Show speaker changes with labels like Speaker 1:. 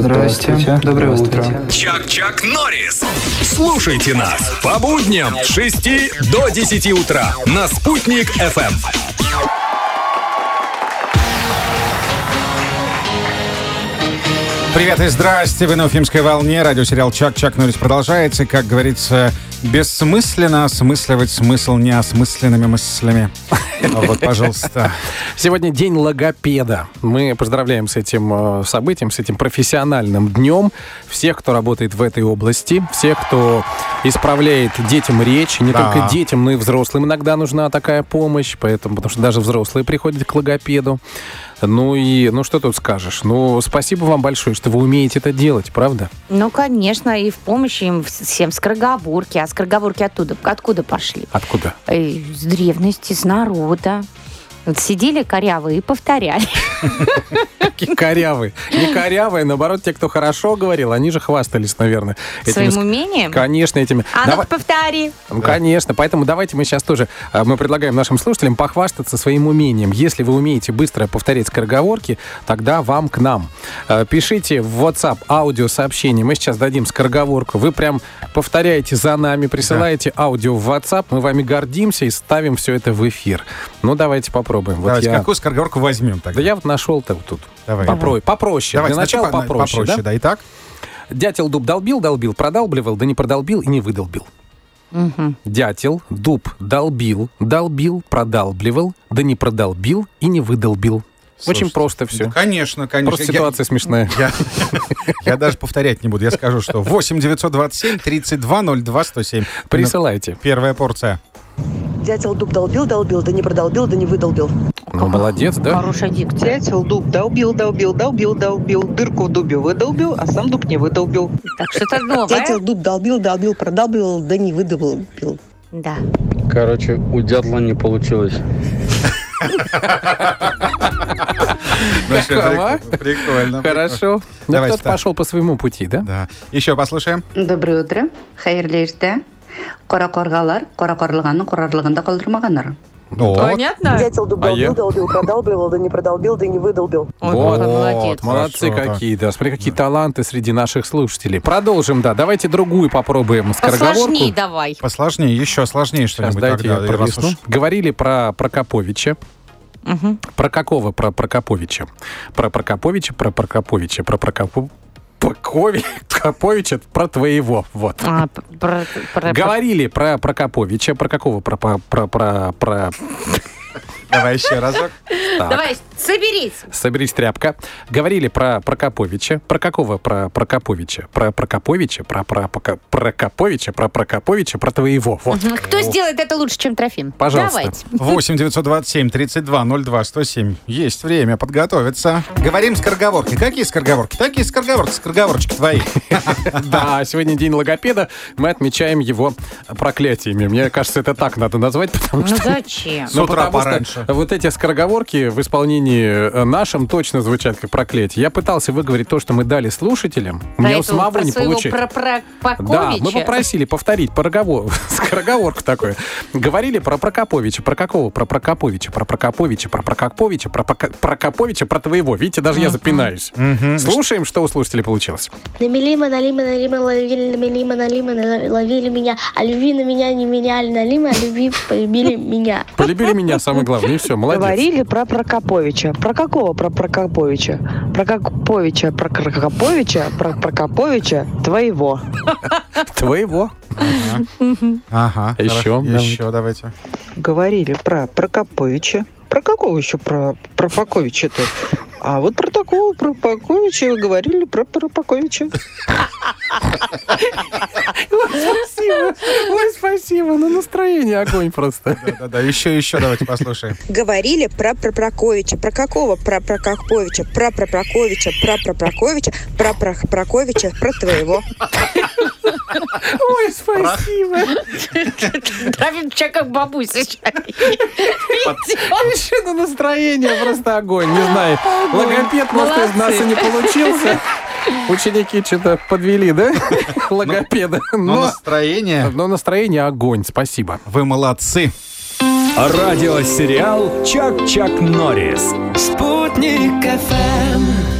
Speaker 1: Здрасте. Доброе утро.
Speaker 2: Чак-Чак Норрис. Слушайте нас по будням с 6 до 10 утра на Спутник Эм». FM.
Speaker 3: Привет и здрасте, вы на Уфимской волне, радиосериал «Чак-Чак Норрис» продолжается. И, Как говорится, бессмысленно осмысливать смысл неосмысленными мыслями. Вот, пожалуйста.
Speaker 4: Сегодня день логопеда. Мы поздравляем с этим э, событием, с этим профессиональным днем всех, кто работает в этой области, всех, кто исправляет детям речь, И не
Speaker 3: Да.
Speaker 4: только детям, но и взрослым иногда нужна такая помощь, поэтому, потому что даже взрослые приходят к логопеду. Ну и, ну что тут скажешь? Ну, спасибо вам большое, что вы умеете это делать, правда?
Speaker 5: Ну, конечно, и в помощь им вс- всем скороговорки. А скороговорки оттуда, откуда пошли?
Speaker 4: Откуда?
Speaker 5: Э, С древности, с народа. Вот сидели корявые и повторяли.
Speaker 4: Такие корявые. Не корявые, наоборот, те, кто хорошо говорил, они же хвастались, наверное. этими
Speaker 5: Своим
Speaker 4: ск-
Speaker 5: умением.
Speaker 4: Конечно, этими.
Speaker 5: А ну
Speaker 4: Давай-
Speaker 5: повтори.
Speaker 4: Ну, Конечно, поэтому давайте мы сейчас тоже, э, мы предлагаем нашим слушателям похвастаться своим умением. Если вы умеете быстро повторять скороговорки, тогда вам к нам. Э, Пишите в WhatsApp аудиосообщение, мы сейчас дадим скороговорку, вы прям повторяете за нами, присылаете аудио в WhatsApp, мы вами гордимся и ставим все это в эфир. Ну, давайте попробуем. Вот
Speaker 3: Давайте,
Speaker 4: я-
Speaker 3: какую скороговорку возьмем
Speaker 4: Да
Speaker 3: тогда?
Speaker 4: я вот нашел-то вот тут.
Speaker 3: Давай.
Speaker 4: Попро- Попроще.
Speaker 3: Давайте
Speaker 4: Для начала
Speaker 3: сначала
Speaker 4: попроще, да?
Speaker 3: Итак,
Speaker 4: Дятел дуб долбил, долбил, продалбливал, да не продолбил и не выдолбил. Дятел дуб долбил, долбил, продалбливал, да не продолбил и не выдолбил. Очень
Speaker 3: Слушайте,
Speaker 4: просто
Speaker 3: ну,
Speaker 4: все.
Speaker 3: конечно, конечно.
Speaker 4: Просто
Speaker 3: Я- Ну.
Speaker 4: ситуация смешная.
Speaker 3: Я, я даже повторять не буду. Я скажу, что 8 927 32 02 107.
Speaker 4: Присылайте.
Speaker 3: Ну, Первая порция.
Speaker 6: Дятел дуб долбил, долбил, да не продолбил, да не выдолбил.
Speaker 4: Ну, молодец, да?
Speaker 5: Хорошая дикция.
Speaker 6: Дятел дуб долбил, долбил, долбил, долбил, дырку в дубе выдолбил, а сам дуб не выдолбил.
Speaker 5: Так что-то новое.
Speaker 6: Дятел дуб долбил, долбил, продолбил, да не выдолбил.
Speaker 5: Да.
Speaker 7: Короче, у дятла не получилось.
Speaker 4: Какова?
Speaker 3: Прикольно.
Speaker 4: Хорошо. Ну,
Speaker 3: Давайте
Speaker 4: кто-то
Speaker 3: так.
Speaker 4: пошел по своему пути, да?
Speaker 3: Да. Еще послушаем.
Speaker 8: Доброе утро. Хайырлы еште. Кора коргалар, кора корлыганы корарлыгында калдырмаганнар.
Speaker 4: Ну,
Speaker 3: Вот.
Speaker 5: Понятно?
Speaker 6: Дятел дуб
Speaker 4: А я?
Speaker 6: долбил, долбил, продолбил, да не продолбил, да не выдолбил.
Speaker 5: Ой,
Speaker 4: Вот,
Speaker 5: какой молодец.
Speaker 4: Молодцы
Speaker 3: Хорошо, да.
Speaker 4: какие, да. Смотри, какие таланты среди наших слушателей. Продолжим, да. Давайте другую попробуем
Speaker 5: Посложней
Speaker 4: скороговорку.
Speaker 5: давай.
Speaker 3: Посложнее, еще сложнее
Speaker 4: Сейчас
Speaker 3: что-нибудь.
Speaker 4: дайте я
Speaker 3: тогда, раз
Speaker 4: пролистну.
Speaker 3: уж-
Speaker 4: Говорили про Прокоповича.
Speaker 5: Мгм.
Speaker 4: Про какого? Про Прокоповича. Про Прокоповича, про Прокоповича, про Прокопу... Покови- Прокоповича, про твоего. Вот.
Speaker 5: А, п- про- про- про-
Speaker 4: Говорили про Прокоповича, про какого про про про про, про-
Speaker 3: Давай еще разок.
Speaker 5: Давай, соберись.
Speaker 4: соберись тряпка. Говорили про Прокоповича, про какого про Прокоповича, про Прокоповича, про про Прока- Прокоповича, про Прокоповича, про твоего. Вот.
Speaker 5: Мгм. Кто сделает это лучше, чем Трофим?
Speaker 4: Пожалуйста.
Speaker 5: Давайте.
Speaker 3: 8 927 32 02 107. Есть время подготовиться. Говорим скороговорки. Какие скороговорки? Такие скороговорки. Скороговорочки твои.
Speaker 4: Да, сегодня день логопеда, мы отмечаем его проклятиями. Мне кажется, это так надо назвать, потому
Speaker 5: Ну
Speaker 4: что
Speaker 5: зачем?
Speaker 3: С утра
Speaker 4: потому что
Speaker 3: пораньше.
Speaker 4: Вот эти скороговорки в исполнении э, нашем точно звучат как проклятие. Я пытался выговорить то, что мы дали слушателям. У меня у
Speaker 5: Поэтому
Speaker 4: самого
Speaker 5: про
Speaker 4: не
Speaker 5: своего
Speaker 4: получилось.
Speaker 5: про- про-
Speaker 4: Да, мы
Speaker 5: Паковича.
Speaker 4: попросили повторить проговор, скороговорку такую. Говорили про Прокоповича, про какого? Про Прокоповича, про Прокоповича, про Прокоповича, про Прока- Прокоповича, про твоего. Видите, даже я запинаюсь. Слушаем, что у слушателей получилось.
Speaker 9: Намели, налима, налима, ловили, намели, налима, на- ловили меня, а любви на меня не меняли, налима, а любви полюбили меня.
Speaker 4: Полюбили меня, самое главное. И все, молодец.
Speaker 6: Говорили про Прокоповича. Про какого про Прокоповича? Прокоповича, про Прокоповича, про Прокоповича, твоего.
Speaker 4: Твоего.
Speaker 3: Ага.
Speaker 4: Еще,
Speaker 3: хорошо.
Speaker 4: А давайте.
Speaker 3: Еще давайте.
Speaker 6: Говорили про Прокоповича. Про какого еще про Прокоповича-то? А вот про такого Прокоповича говорили про Прокоповича.
Speaker 4: Спасибо. Ой, спасибо. Ну, настроение огонь просто.
Speaker 3: Да-да-да. Еще, еще давайте послушаем.
Speaker 10: Говорили про Пропроковича. Про какого про Прокоповича? Про Пропроковича, про Пропроковича, про Пропроковича, про твоего.
Speaker 4: Ой, спасибо.
Speaker 5: Трофим чё, как бабуся.
Speaker 4: Еще на настроение просто огонь. Не знаю, логопед, может, из нас и не получился. Ученики что-то подвели, да? Логопеда.
Speaker 3: Но
Speaker 4: Но,
Speaker 3: настроение...
Speaker 4: но настроение огонь, спасибо.
Speaker 3: Вы молодцы.
Speaker 2: Радиосериал Чак-Чак Норрис.
Speaker 6: Спутник ФМ.